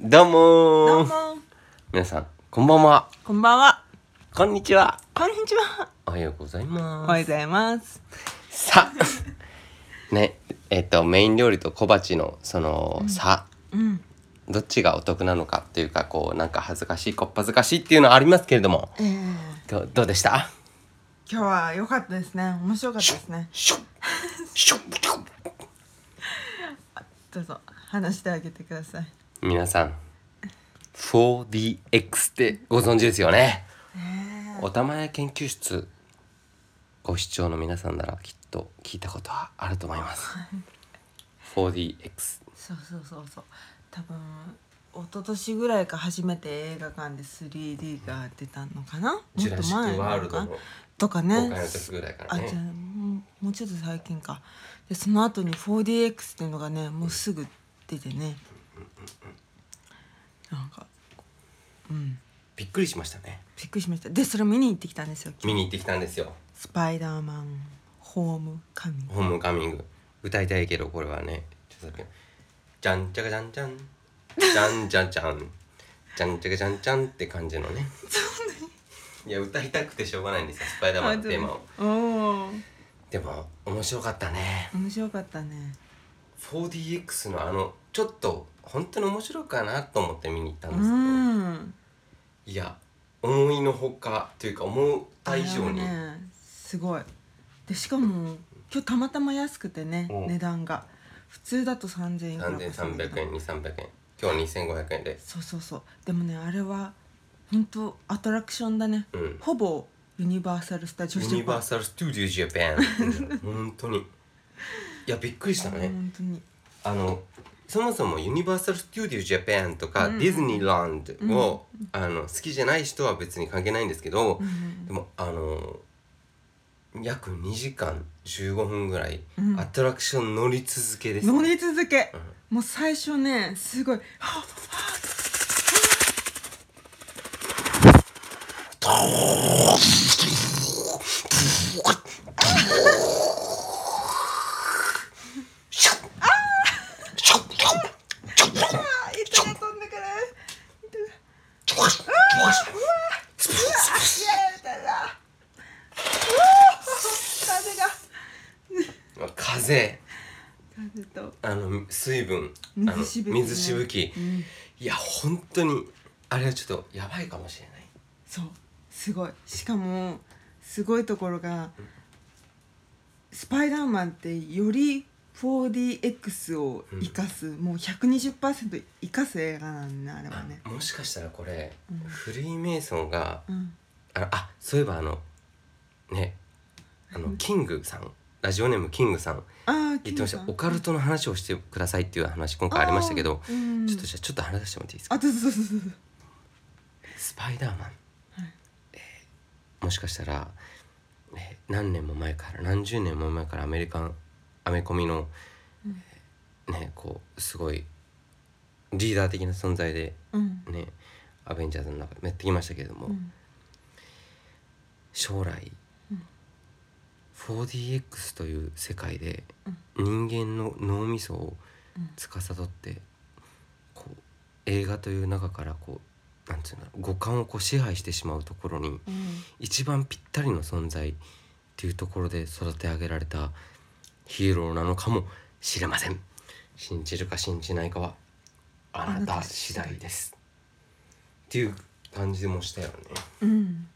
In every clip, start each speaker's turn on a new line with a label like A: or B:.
A: どうも
B: どう
A: ー
B: も
A: 皆さんこんばんは
B: こんばんは
A: こんにちは
B: こんにちは
A: おはようござい
B: お
A: ま
B: はようございます
A: すさ ねえっとメイン料理と小鉢のその差、
B: うん
A: どっちがお得なのかっていうかこうなんか恥ずかしいこっぱずかしいっていうのはありますけれども
B: えー、
A: どうどうでした
B: 今日は良かったですね面白かったですね
A: シュッシュッシュッ
B: どうぞ話してあげてください
A: 皆さん 4DX ってご存知ですよねおたまや研究室ご視聴の皆さんならきっと聞いたことはあると思います 4DX
B: そうそうそうそう多分一昨年ぐらいか初めて映画館で 3D が出たのかなも
A: ジュ
B: っ
A: ラ
B: と
A: シッ
B: 前
A: ク
B: な
A: ワー
B: の
A: ルド
B: か
A: の
B: なとかね
A: 公開の時ぐらいから
B: あ
A: ね
B: じゃあもうもうちょっと最近かでその後に 4DX っていうのがねもうすぐ出てねなんかうん
A: びっくりしましたね
B: びっくりしましたでそれ見に行ってきたんですよ
A: 見に行ってきたんですよ
B: スパイダーマンホームカミング
A: ホームカミング歌いたいけどこれはねちょっとだけじゃんじゃかじゃんじゃんじゃんじゃんじゃんじゃんじゃかじゃんじゃんって感じのねいや歌いたくてしょうがないんですよスパイダーマンのテーマを
B: おー
A: でも面白かったね
B: 面白かったね
A: 4DX のあのちょっと本当に面白いかなと思って見に行ったん
B: う
A: ですけど、
B: ん
A: いや思いのほかというか思った以上に、
B: あれはねすごいでしかも今日たまたま安くてね
A: うん
B: 値段が普通だと3000円くらいかかるんだ
A: 3300
B: けど
A: 円2300円今日2500円で
B: そうそうそうでもねあれは本当アトラクションだね、
A: うん
B: ほぼユニバーサル・スタジオ・
A: ユ
B: ジ
A: ニ
B: ャパ
A: バ
B: ン
A: ーサル・スタジオ・ジャパン 本当にいやびっくりしたね、
B: 本当に
A: あのそもそもユニバーサル・スタジオ・ジャパンとか、
B: うん
A: ディズニーランドを、あの好きじゃない人は別に関係ないんですけど、
B: うん
A: でもあの約2時間15分ぐらい、
B: うん
A: アトラクション乗り続けですね、
B: 乗り続け、もう最初ねすごいは
A: シュッシュッシュッ
B: あ糸が飛んでくる
A: シュッシュッ
B: あやだだうわ風が
A: 風
B: 風と
A: あの水分あの
B: 水しぶきね
A: 水しぶき、
B: うん
A: いや本当にあれはちょっとやばいかもしれない
B: そうすごいしかもすごいところがスパイダーマンってより 4DX を生かす、もう120%生かす映画なんだねあれはね、
A: もしかしたらこれ、
B: うん
A: フリーメイソンが
B: うん、
A: あのあそういえばあのねあのキングさんラジオネームキングさん
B: ああ
A: 言ってましたオカルトの話をしてくださいっていう話今回ありましたけど、
B: うん、
A: ちょっとじゃあちょっと話してもらっていいですか
B: あそうそうそうそうそう
A: スパイダーマン、えーもしかしたら、えー何年も前から何十年も前からアメリカンアメコミの、えーねこうすごいリーダー的な存在で
B: うん
A: ねアベンジャーズの中でやってきましたけれども、
B: うん
A: 将来、4DX という世界で人間の脳みそを司ってこう映画という中からこうなんていうんだろう五感をこう支配してしまうところに
B: うん
A: 一番ぴったりの存在っていうところで育て上げられたヒーローなのかもしれません信じるか信じないかはあなた次第ですっていう感じもしたよね
B: うん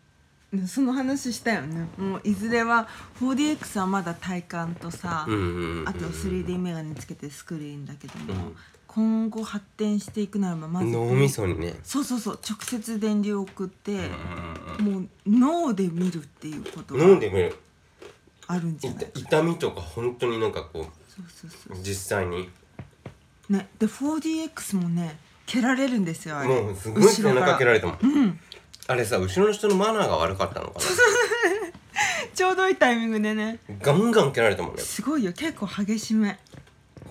B: ねその話したよねもういずれは 4DX はまだ体感とさ、
A: うんうんうんうん
B: あと 3D メガネつけてスクリーンだけども、
A: うん
B: 今後発展していくならばまず
A: 脳みそにね
B: そうそうそう直接電流を送って、
A: う
B: もう脳で見るっていうこと
A: ん飲ん
B: が
A: でみる
B: あるんじ
A: い
B: ゃない
A: 痛みとか本当になんかこ
B: そうそうそう
A: 実際に
B: うねで 4DX もね蹴られるんですよあれ
A: もうすごい背
B: 後ろか
A: 中
B: ら
A: かけられたもん、あれさ後ろの人のマナーが悪かったのか
B: ちょうどいいタイミングでね
A: なガンガン蹴られたもんね
B: すごいよ結構激しめ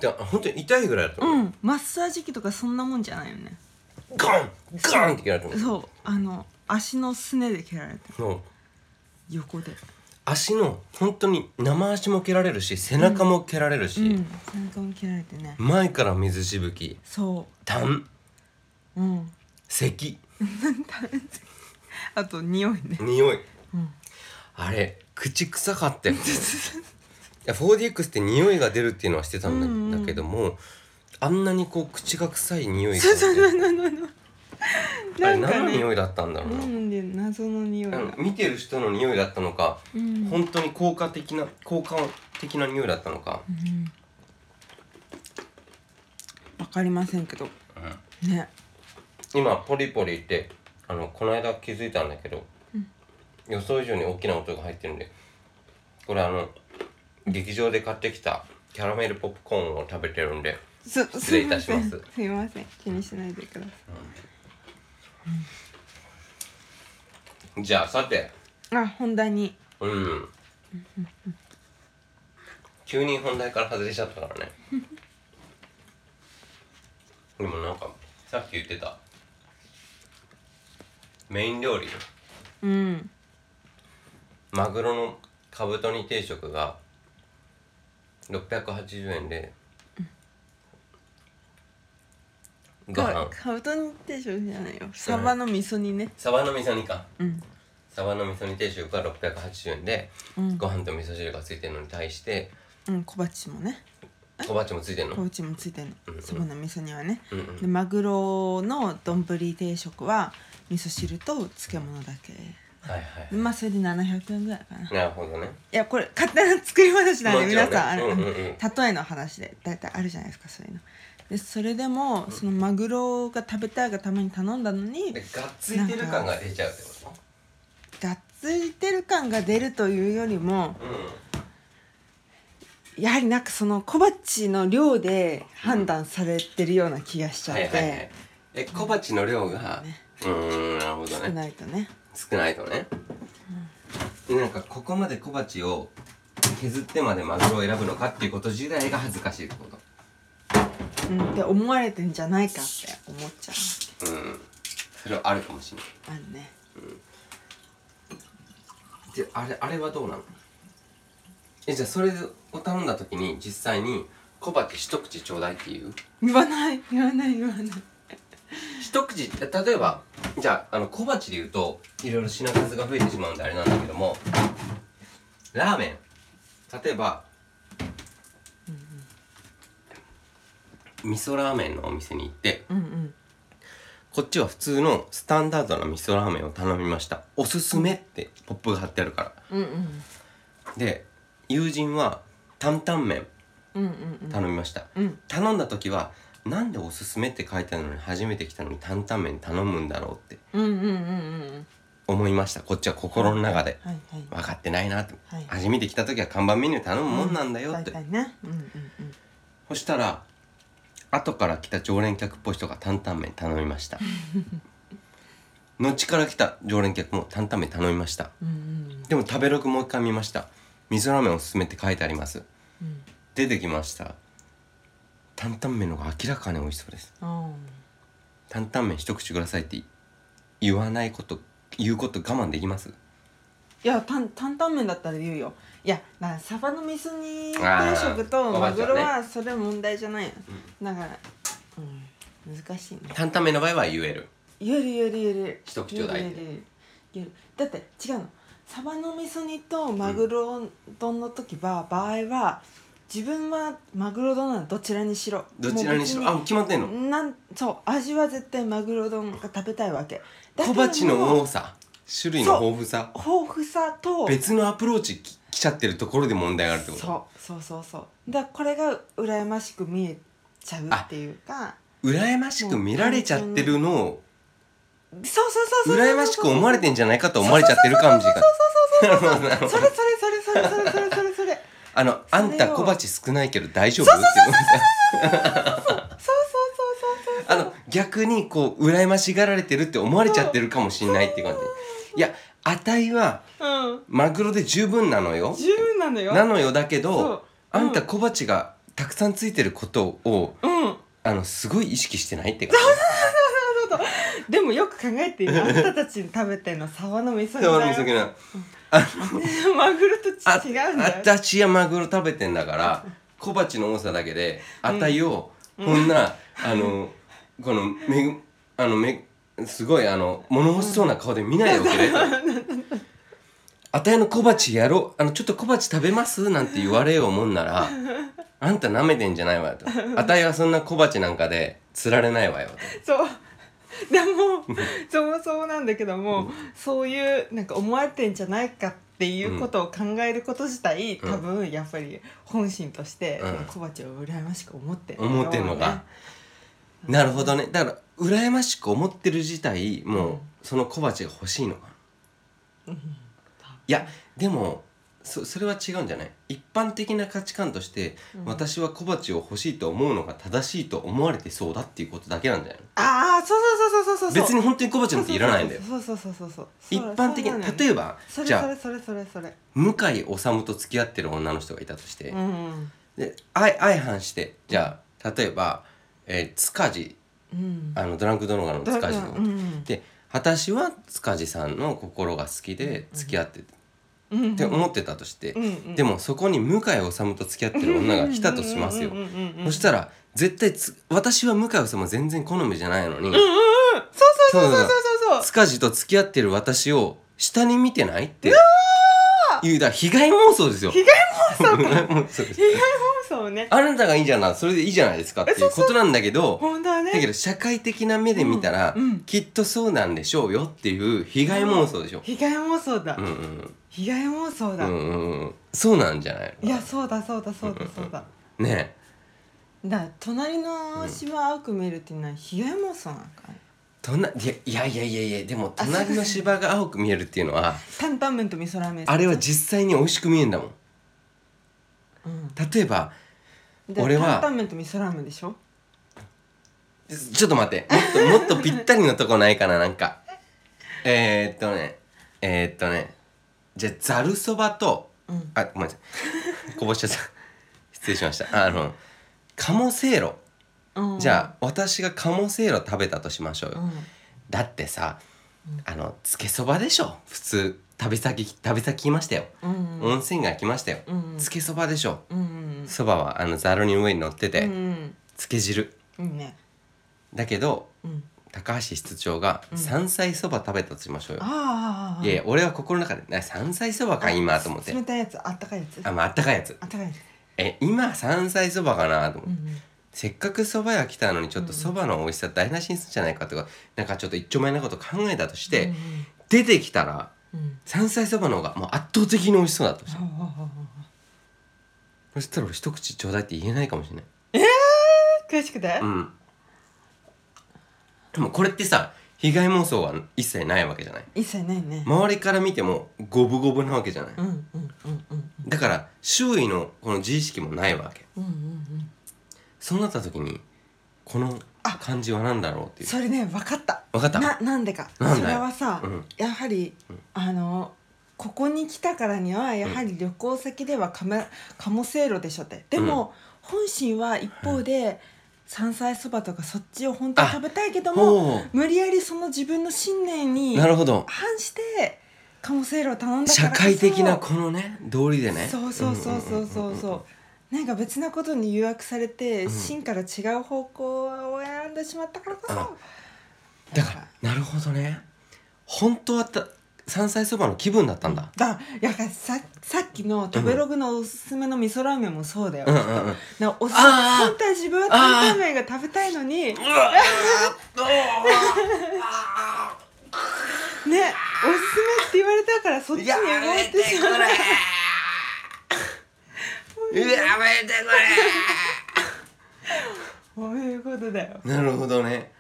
A: で本当に痛いぐらいだったもん、
B: うんマッサージ機とかそんなもんじゃないよね
A: ガンガンって蹴られたもん
B: そうあの足のすねで蹴られた
A: もう
B: 横で
A: 足の本当に生足も蹴られるし背中も蹴られるし、
B: うん背中も蹴られてね
A: 前から水しぶき
B: そう
A: タン
B: うん
A: 咳
B: あと匂いね
A: 匂い
B: うん
A: あれ口臭か ったよいや 4DX って匂いが出るっていうのはしてたんだ,、
B: うんうん
A: けどもあんなにこう口が臭い匂いが
B: そうそうそうそうそう
A: あ
B: な
A: れ
B: んか
A: 何の
B: ね
A: 匂いだったんだろうな、
B: なんで謎の匂いが
A: あの見てる人の匂いだったのか、
B: うん
A: 本当に効果的な効果的な匂いだったのか、
B: うんわかりませんけど
A: うん
B: ね
A: 今ポリポリってあのこの間気づいたんだけど、
B: うん
A: 予想以上に大きな音が入ってるんでこれあの劇場で買ってきたキャラメルポップコーンを食べてるんです失礼いたします
B: すいませんすいません気にしないでくださ
A: じゃあさて
B: いあ本題に
A: うん急に本題から外れちゃったからねでもなんかさっき言ってたメイン料理
B: うん
A: マグロのカブト煮定食が680円でご
B: か
A: 飯
B: カブト煮定食じゃないよサバの味噌煮ね
A: サバの味噌煮か
B: うん
A: サバの味噌煮定食が680円で
B: うん
A: ご飯と味噌汁がついてるのに対して
B: うん小鉢もね
A: 小鉢もついてる
B: 小
A: の
B: 鉢もついてる
A: うんう
B: の
A: ん
B: サバの味噌煮はね
A: うんう
B: で
A: ん
B: マグロの丼定食は味噌汁と漬物だけ
A: はいはい
B: まあそれで700円ぐらいかない
A: なるほどね
B: やこれ勝手な作り話なんで
A: もちろ
B: 皆
A: んね
B: さんあれ、
A: うんうんうん
B: 例えの話で大体あるじゃないですかそういうのでそれでもそのマグロが食べたいがために頼んだのに
A: でがっついてる感が出ちゃうってこ
B: がっついてる感が出るというよりも
A: とうん
B: やはりなんかその小鉢の量で判断されてるような気がしちゃっ
A: はいはいはい
B: て
A: え小鉢の量がうーんなるほど
B: 少
A: ね
B: ないとね
A: 少ないとね、でなんかここまで小鉢を削ってまでマグロを選ぶのかっていうこと自体が恥ずかしいってこと
B: うんって思われてんじゃないかって思っちゃう
A: うんそれはあるかもしれない
B: あるね
A: であれあれはどうなのえじゃあそれを頼んだ時に実際に小鉢一口ちょうだいっていう
B: 言わない言わない言わない
A: 一口例えばじゃああの小鉢で言うといろいろ品数が増えてしまうんであれなんだけどもラーメン例えば、味噌ラーメンのお店に行って
B: うんうん
A: こっちは普通のスタンダードな味噌ラーメンを頼みましたおすすめってポップが貼ってあるから
B: うんうん
A: で友人は担々麺
B: うんうん
A: 頼みました、
B: うんうん
A: 頼んだ時はなんでおすすめって書いてあるのに初めて来たのに担々麺頼むんだろうって
B: うんうんうんうん
A: 思いましたこっちは心の中で
B: はいはい
A: 分かってないなって、
B: はい
A: 初めて来た時は看板メニュー頼むもんなんだよって、
B: 大体ねうんうんうん
A: そしたら後から来た常連客っぽい人が担々麺頼みま した後から来た常連客も担々麺頼みました
B: うんうん
A: でも食べログもう一回見ました味噌ラーメンおすすめって書いてあります
B: うん
A: 出てきました担々麺の方が明らかに美味しそうです
B: あ
A: 担々麺一口くださいって言わないこと言うこと我慢できます
B: ーいや担担々麺だったら言うよいやなサバの味噌煮
A: あー
B: 定食と
A: 小
B: マ
A: 鉢
B: グ
A: はね
B: ロはそれ問題じゃないよだからうん難しいね
A: 担々麺の場合は言える
B: 言える言える言える
A: 一口ちょうだい
B: 言える言える言えるだって違うのサバの味噌煮とマグロ丼の時は、場合は自分はマグロ丼なのどちらにしろ
A: どちらにしろあ
B: も
A: もう
B: う
A: 決まってん
B: 別
A: の
B: になんそう味は絶対マグロ丼が食べたいわけだけ
A: 小
B: ども
A: 鉢の多さ種類の豊富さ
B: 豊富さと
A: 別のアプローチき来ちゃってるところで問題があるってこと
B: そうそうそうそうだからこれが羨ましく見えちゃうっていうか
A: 羨ましく見られちゃってるのを
B: そうそうそうそうそうそう
A: 羨ましく思われてんじゃないかと思われちゃってる感じが
B: そう そうそうそうそうそれそれそれそれそれそれそれそれ
A: あのあんた
B: それを
A: 小鉢少ないけど大丈夫っていう
B: そうそうそうそうそう
A: あの逆にこう羨ましがられてるって思われちゃってるかもしんないって感じいや値は
B: うん
A: マグロで十分なのよ
B: 十分なのよ
A: なのよだけ
B: そ
A: ど
B: う
A: あんた小鉢がたくさんついてることを
B: うん
A: あのすごい意識してないって感
B: でもよく考えてみ るあんたたちに食べてるのサバの味噌
A: じ
B: 煮
A: で俺も
B: だ
A: 先
B: よ
A: な
B: マグロと
A: あ
B: 違うんだよ
A: 私はマグロ食べてんだから小鉢の多さだけで値をこんな、あのこのめぐあのめすごいあの物欲しそうな顔で見ないでおくれとあたいの小鉢やろうあのちょっと小鉢食べますなんて言われようもんならあんた舐めてんじゃないわよとあたいはそんな小鉢なんかで釣られないわよと
B: そうでもそうそうなんだけども、そういうなんか思われてんじゃないかっていうことを考えること自体、
A: うん
B: 多分やっぱり本心として、
A: うん
B: その小鉢を羨ましく思ってる
A: 思ってんのが、なるほどねだから羨ましく思ってる自体もうその小鉢が欲しいのかな
B: う
A: いやでもそそれは違うんじゃない一般的な価値観として、
B: うん
A: 私は小鉢を欲しいと思うのが正しいと思われてそうだっていうことだけなんじゃないの
B: んああそうそうそうそうそうそう
A: 別に本当に小鉢なんていらないんだよ
B: そうそうそうそうそうそう
A: 一般的
B: そう
A: な
B: な
A: 例えば
B: それ
A: じ
B: そ
A: ゃ
B: れ
A: あ
B: それそれそれ
A: 向井理と付き合ってる女の人がいたとして、
B: うん
A: で相相反してじゃあ例えば、えー塚地
B: うん
A: あのドランクドロガの塚地の、
B: うん
A: で私は塚地さんの心が好きで付き合って、
B: うん
A: って思ってたとして、
B: うんうん
A: でもそこに向井理と付き合ってる女が来たとしますよ
B: うん。うんうんうん
A: そしたら絶対つ私は向井様全然好みじゃないのに、
B: そうそうそうそうそうそう
A: 塚地と付き合ってる私を下に見てないっていうだから被害妄想ですよ。被害妄想です
B: 被害放送ね
A: あなたがいいんじゃないそれでいいじゃないですかっていうことなんだけど
B: 本当はね
A: だけど社会的な目で見たら、
B: うんうん
A: きっとそうなんでしょうよっていう被害妄想でしょ。
B: 被害妄想だ、
A: うんうん
B: 被害妄想
A: う
B: だ、
A: んうんうんそうなんじゃないの
B: いやそうだそうだそうだそうだ、
A: ねえ
B: だから隣の芝青く見るっていうのは被害妄想なんかね
A: 隣いやいやいやいやいやでも
B: あそうです
A: 隣の芝が青く見えるっていうの は
B: 担々麺と味噌ラーメン
A: あれは、実際に美味しく見えんだもん
B: うん、
A: 例えば
B: で
A: 俺は
B: 担々麺と味噌ラーメンでしょ
A: ちょっと待ってもっともっとぴったりのとこないかななんかえー、っとねえー、っとねじゃあざるそばと
B: うん
A: あごめんなさいこぼしちゃった失礼しましたあの鴨せいろ
B: うん
A: じゃあ私が鴨せいろ食べたとしましょうよ、
B: うん
A: だってさあのつけそばでしょ普通旅先旅先来ましたよ、
B: うんうん
A: 温泉街来ましたよ、
B: うん
A: つけそばでしょ
B: うんうん
A: そばはあのざるに上に乗ってて、
B: うん
A: つけ汁
B: うんいいね
A: だけど
B: うん
A: 高橋室長が
B: うん
A: 山菜そば食べたとしましょうよ、
B: ああああああ
A: いやいや俺は心の中でな山菜そばか今と思って
B: 冷たいやつあったかいやつ
A: あ,、まああったかいやつ
B: あったかいやつ
A: え今山菜そばかなと思って、
B: うんうん
A: せっかくそば屋来たのにちょっとそばの美味しさ台無しにするんじゃないかとかなんかちょっと一丁前なこと考えたとして、出てきたら
B: うんうん
A: 山菜そばの方がもう圧倒的に美味しそうだと
B: ああああ
A: そしたら俺一口ちょうだいって言えないかもしれない
B: ああ悔しくて
A: うんでもこれってさ被害妄想は一切ないわけじゃない
B: 一切ないね
A: 周りから見ても五分五分なわけじゃない、
B: うんうんうんうん
A: だから周囲のこの自意識もないわけ
B: うんうんうん
A: そうなった時にこの感じは何だろうっていう
B: それね分かった
A: 分かった
B: ななんでか
A: なんだよ
B: それはさ、
A: うん
B: やはり、あのここに来たからにはやはり旅行先ではカメカモセイロでしょってでも、本心は一方で山菜そばとかそっちを本当は食べたいけども
A: ほ
B: 無理やりその自分の信念
A: う
B: に
A: なるほど
B: 反してカモセイロを頼んだから
A: 社
B: こそ
A: 会的なこのね道理でね
B: そうそうそうそうそうそうなんか別なことに誘惑されて、
A: うん
B: 真から違う方向を選んでしまったからこそ
A: あだからなるほどね本当はた山菜そばの気分だったんだ
B: だやっぱささっきの食べログのおすすめの味噌ラーメンもそうだよ、
A: うんう
B: なん
A: うんうわ
B: んかおす
A: あー
B: 本当は自分は担々麺が食べたいのに
A: ど
B: ね
A: う
B: おすすめって言われたからそっちに
A: や
B: 動
A: め
B: い
A: てく
B: て
A: れ
B: しまう
A: やめて
B: そういうことだよ
A: くれなるほどね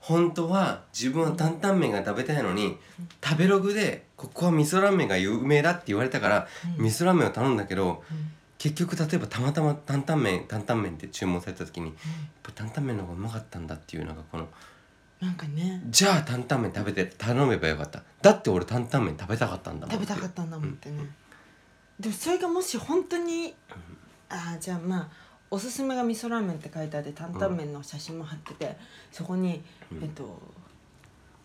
A: 本当は自分は担々麺が食べたいのに食べログでここは味噌ラーメンが有名だって言われたから
B: うん
A: 味噌ラーメンを頼んだけど
B: うん
A: 結局例えばたまたま担々麺担々麺って注文された時にやっぱ担々麺の方がうまかったんだっていうのがこの
B: なんかね
A: じゃあ担々麺食べて頼めばよかっただって俺担々麺食べたかったんだもん
B: 食べたかったんだもんってね、でもそれがもし本当にああじゃあまあおすすめが味噌ラーメンって書いてあって担々麺の写真も貼ってて、そこに、えっと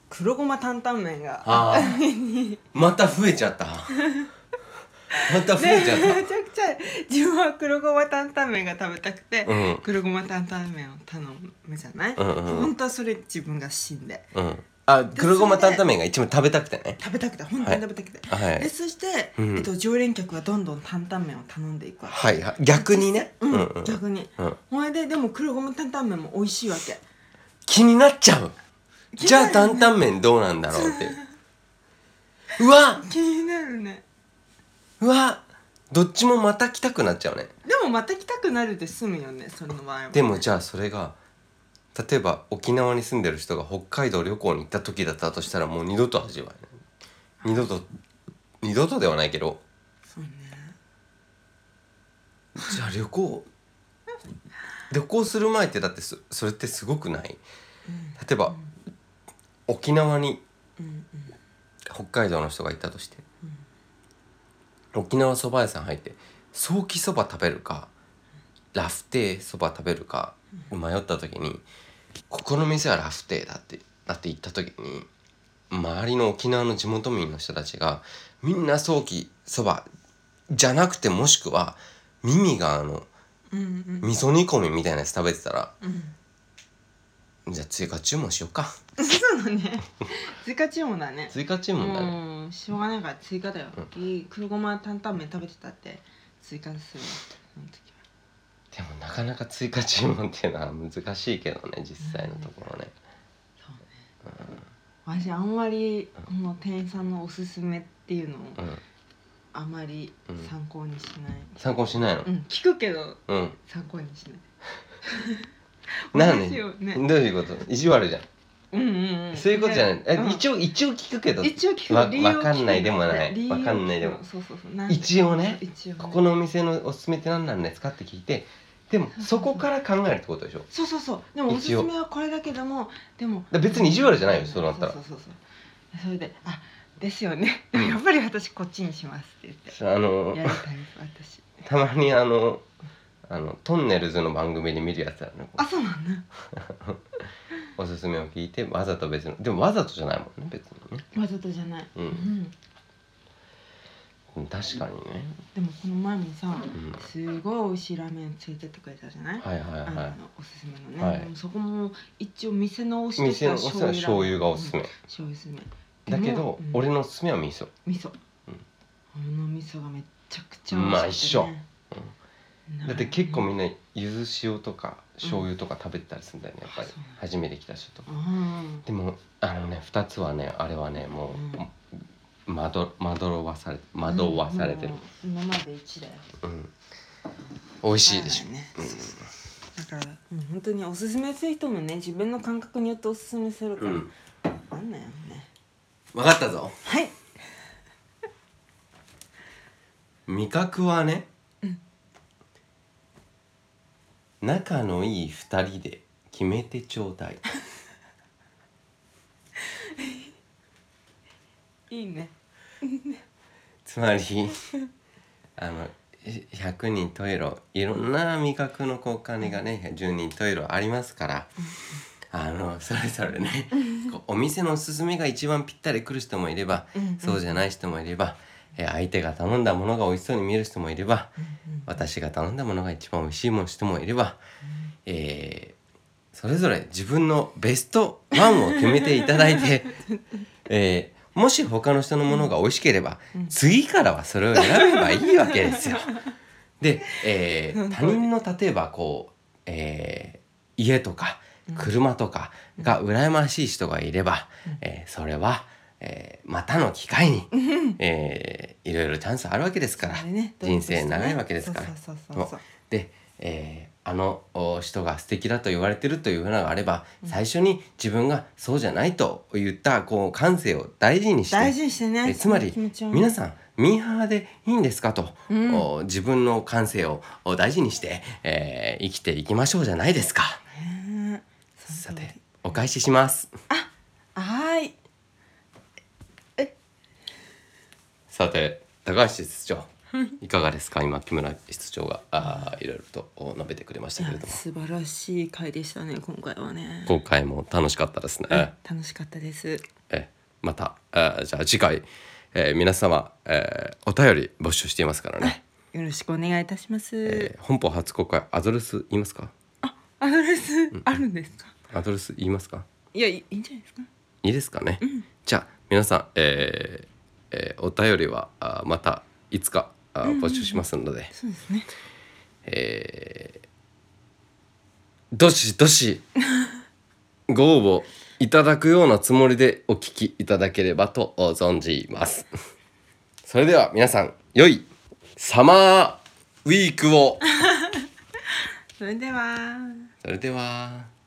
B: 黒ごま担々麺が
A: ああまた増えちゃったまた増えちゃっ
B: めちゃくちゃ自分は黒ごま担々麺が食べたくて、
A: たうん
B: 黒ごま担々麺を頼むじゃない、
A: うんうんうん
B: 本当はそれ自分が死んで
A: うんあ黒ごま担々麺が一番食べたくてね
B: 食べたくて本当に食べたくて、
A: は
B: で
A: い
B: そして、
A: うん
B: えっと、常連客はどんどん担々麺を頼んでいくわけ、
A: はいはい逆にね
B: うん
A: うんうん
B: 逆に
A: うん
B: ほいででも黒ごま担々麺も美味しいわけ
A: 気になっちゃう
B: 気に
A: じゃ
B: な
A: あ
B: る
A: 担々麺どうなんだろうってうわ
B: 気になるね
A: うわどっちもまた来たくなっちゃうね
B: でもまた来たくなるで済むよねその場合は
A: でもじゃあそれが例えば沖縄に住んでる人が北海道旅行に行った時だったとしたらもう二度と味わえない二度と二度とではないけど
B: そうね
A: じゃあ旅行旅行する前ってだってそそれってすごくない例えば沖縄に
B: うんうん
A: 北海道の人がいたとして、沖縄そば屋さん入ってソーキそば食べるかラフテーそば食べるか迷った時にここの店はラフテーだってだって言った時に周りの沖縄の地元民の人たちがみんなソーキそばじゃなくてもしくは耳があの
B: うんうん
A: 味噌煮込みみたいなやつ食べてたら
B: うん
A: じゃあ追加注文しようか
B: そうだね追加注文だね
A: 追加注
B: う
A: 文だね、
B: んしょうがないから追加だよ、
A: う
B: いい黒ごま担々麺食べてたって追加するわその時は
A: でもなかなか追加注文っていうのは難しいけどね実際のところね、
B: そうね、私あんまりこの店員さんのおすすめっていうのを
A: うん、
B: あまり参考にしない、
A: 参考にしないの
B: うん聞くけど
A: うん、
B: 参考にしない
A: なん
B: 同じ
A: で
B: よね
A: どういうこと意地悪じゃん、
B: うんうんうん
A: そういうことじゃない、え
B: うん
A: 一応一応聞くけど
B: 一応聞く
A: わ
B: 理由を聞く
A: わかんないでもない
B: 理由を聞く
A: わかんないでも
B: そうそうそうなんで
A: 一応ね
B: 一応
A: ここのお店のおすすめって何なんですかって聞いてでもそこから考えるってことでしょ
B: そうそうそうでもおすすめはこれだけどもでも
A: だ別に意地悪じゃないよそうなったら
B: そうそうそうそれで「あですよねでも やっぱり私こっちにします」って言って
A: あの
B: やるタイプ私
A: たまにあのあのトンネルズの番組で見るやつだよね
B: あそうなんだ
A: おすすめを聞いてわざと別のでもわざとじゃないもんね別にね
B: わざとじゃない、
A: うんうん確かにね
B: でもこの前もさ、
A: ん
B: すごい美味しいラーメンついてってくれたじゃない、
A: はいはい
B: あ
A: は
B: のおすすめのね、
A: はい
B: でもそこも一応店の推し
A: い
B: として
A: 店のお
B: は
A: すすめは醤油がおすすめ
B: 醤油すすめ
A: だけ
B: でも
A: ど
B: うん
A: 俺のおすすめは味噌
B: 味噌、
A: うん
B: この味噌がめちゃくちゃ
A: まあ
B: 美味しくてね
A: 一緒
B: な
A: だって結構みんなゆず塩とか醤油とか食べてたりするんだよねやっぱり
B: あそうなんだ
A: 初めて来た人とか
B: うん
A: でもあのね2つはねあれはねもうまどまどろわされ惑わされてる
B: うんもう今まで一だよ
A: うん美味しいでしょ
B: ね、だから、うん、本当におすすめする人もね自分の感覚によっておすすめするか
A: う
B: ら、
A: ん
B: なんだよね
A: 分かったぞ
B: はい
A: 味覚はね、仲のいい二人で決めてちょうだい
B: いいね
A: つまりあのひ100人トイロいろんな味覚の交換がね10人トイロありますからあのそれぞれねこうお店のおすすめが一番ぴったり来る人もいれば
B: うんうん
A: そうじゃない人もいればえ相手が頼んだものが美味しそうに見える人もいれば
B: うんうん
A: 私が頼んだものが一番美味しいもん人もいれば、えーそれぞれ自分のベストワンを決めていただい て、えーもし他の人のものが美味しければ、次からはそれを選べばいいわけ ですよ。で、えー他人の例えばこう、えー家とか車とかが羨ましい人がいれば、えーそれは、えーまたの機会 に、えーいろいろチャンスあるわけですから、
B: それね
A: 人生長いわけですから。
B: そうそうそうそう
A: で、えーあのお人が素敵だと言われてるというのがあれば、最初に自分がそうじゃないと言ったこう感性を大事にして
B: 大事にしてね
A: えつまり
B: その気持ちをね
A: 皆さんミーハーでいいんですかと、
B: うん
A: お自分の感性をお大事にして、えー生きていきましょうじゃないですか。
B: ねえ
A: さ
B: その通り
A: てお返しします。
B: はーい
A: さて高橋室長いかがですか今木村室長があーいろいろとお述べてくれましたけれども
B: 素晴らしい回でしたね今回はね
A: 今回も楽しかったですね。
B: 楽しかったです
A: えまたあじゃあ次回、えー皆様、えーお便り募集していますからね、
B: よろしくお願いいたします、
A: えー本邦初公開アドレス言いますか
B: あアドレスあるんですか、
A: アドレス言いますか
B: いやいいいんじゃないですか
A: いいですかね、じゃあ皆さん、えーえーお便りはあーまたいつかあー募集しますので、
B: そうですね
A: えーどしどしご応募いただくようなつもりでお聞きいただければと存じますそれでは皆さん良いサマーウィークを
B: それでは
A: それでは。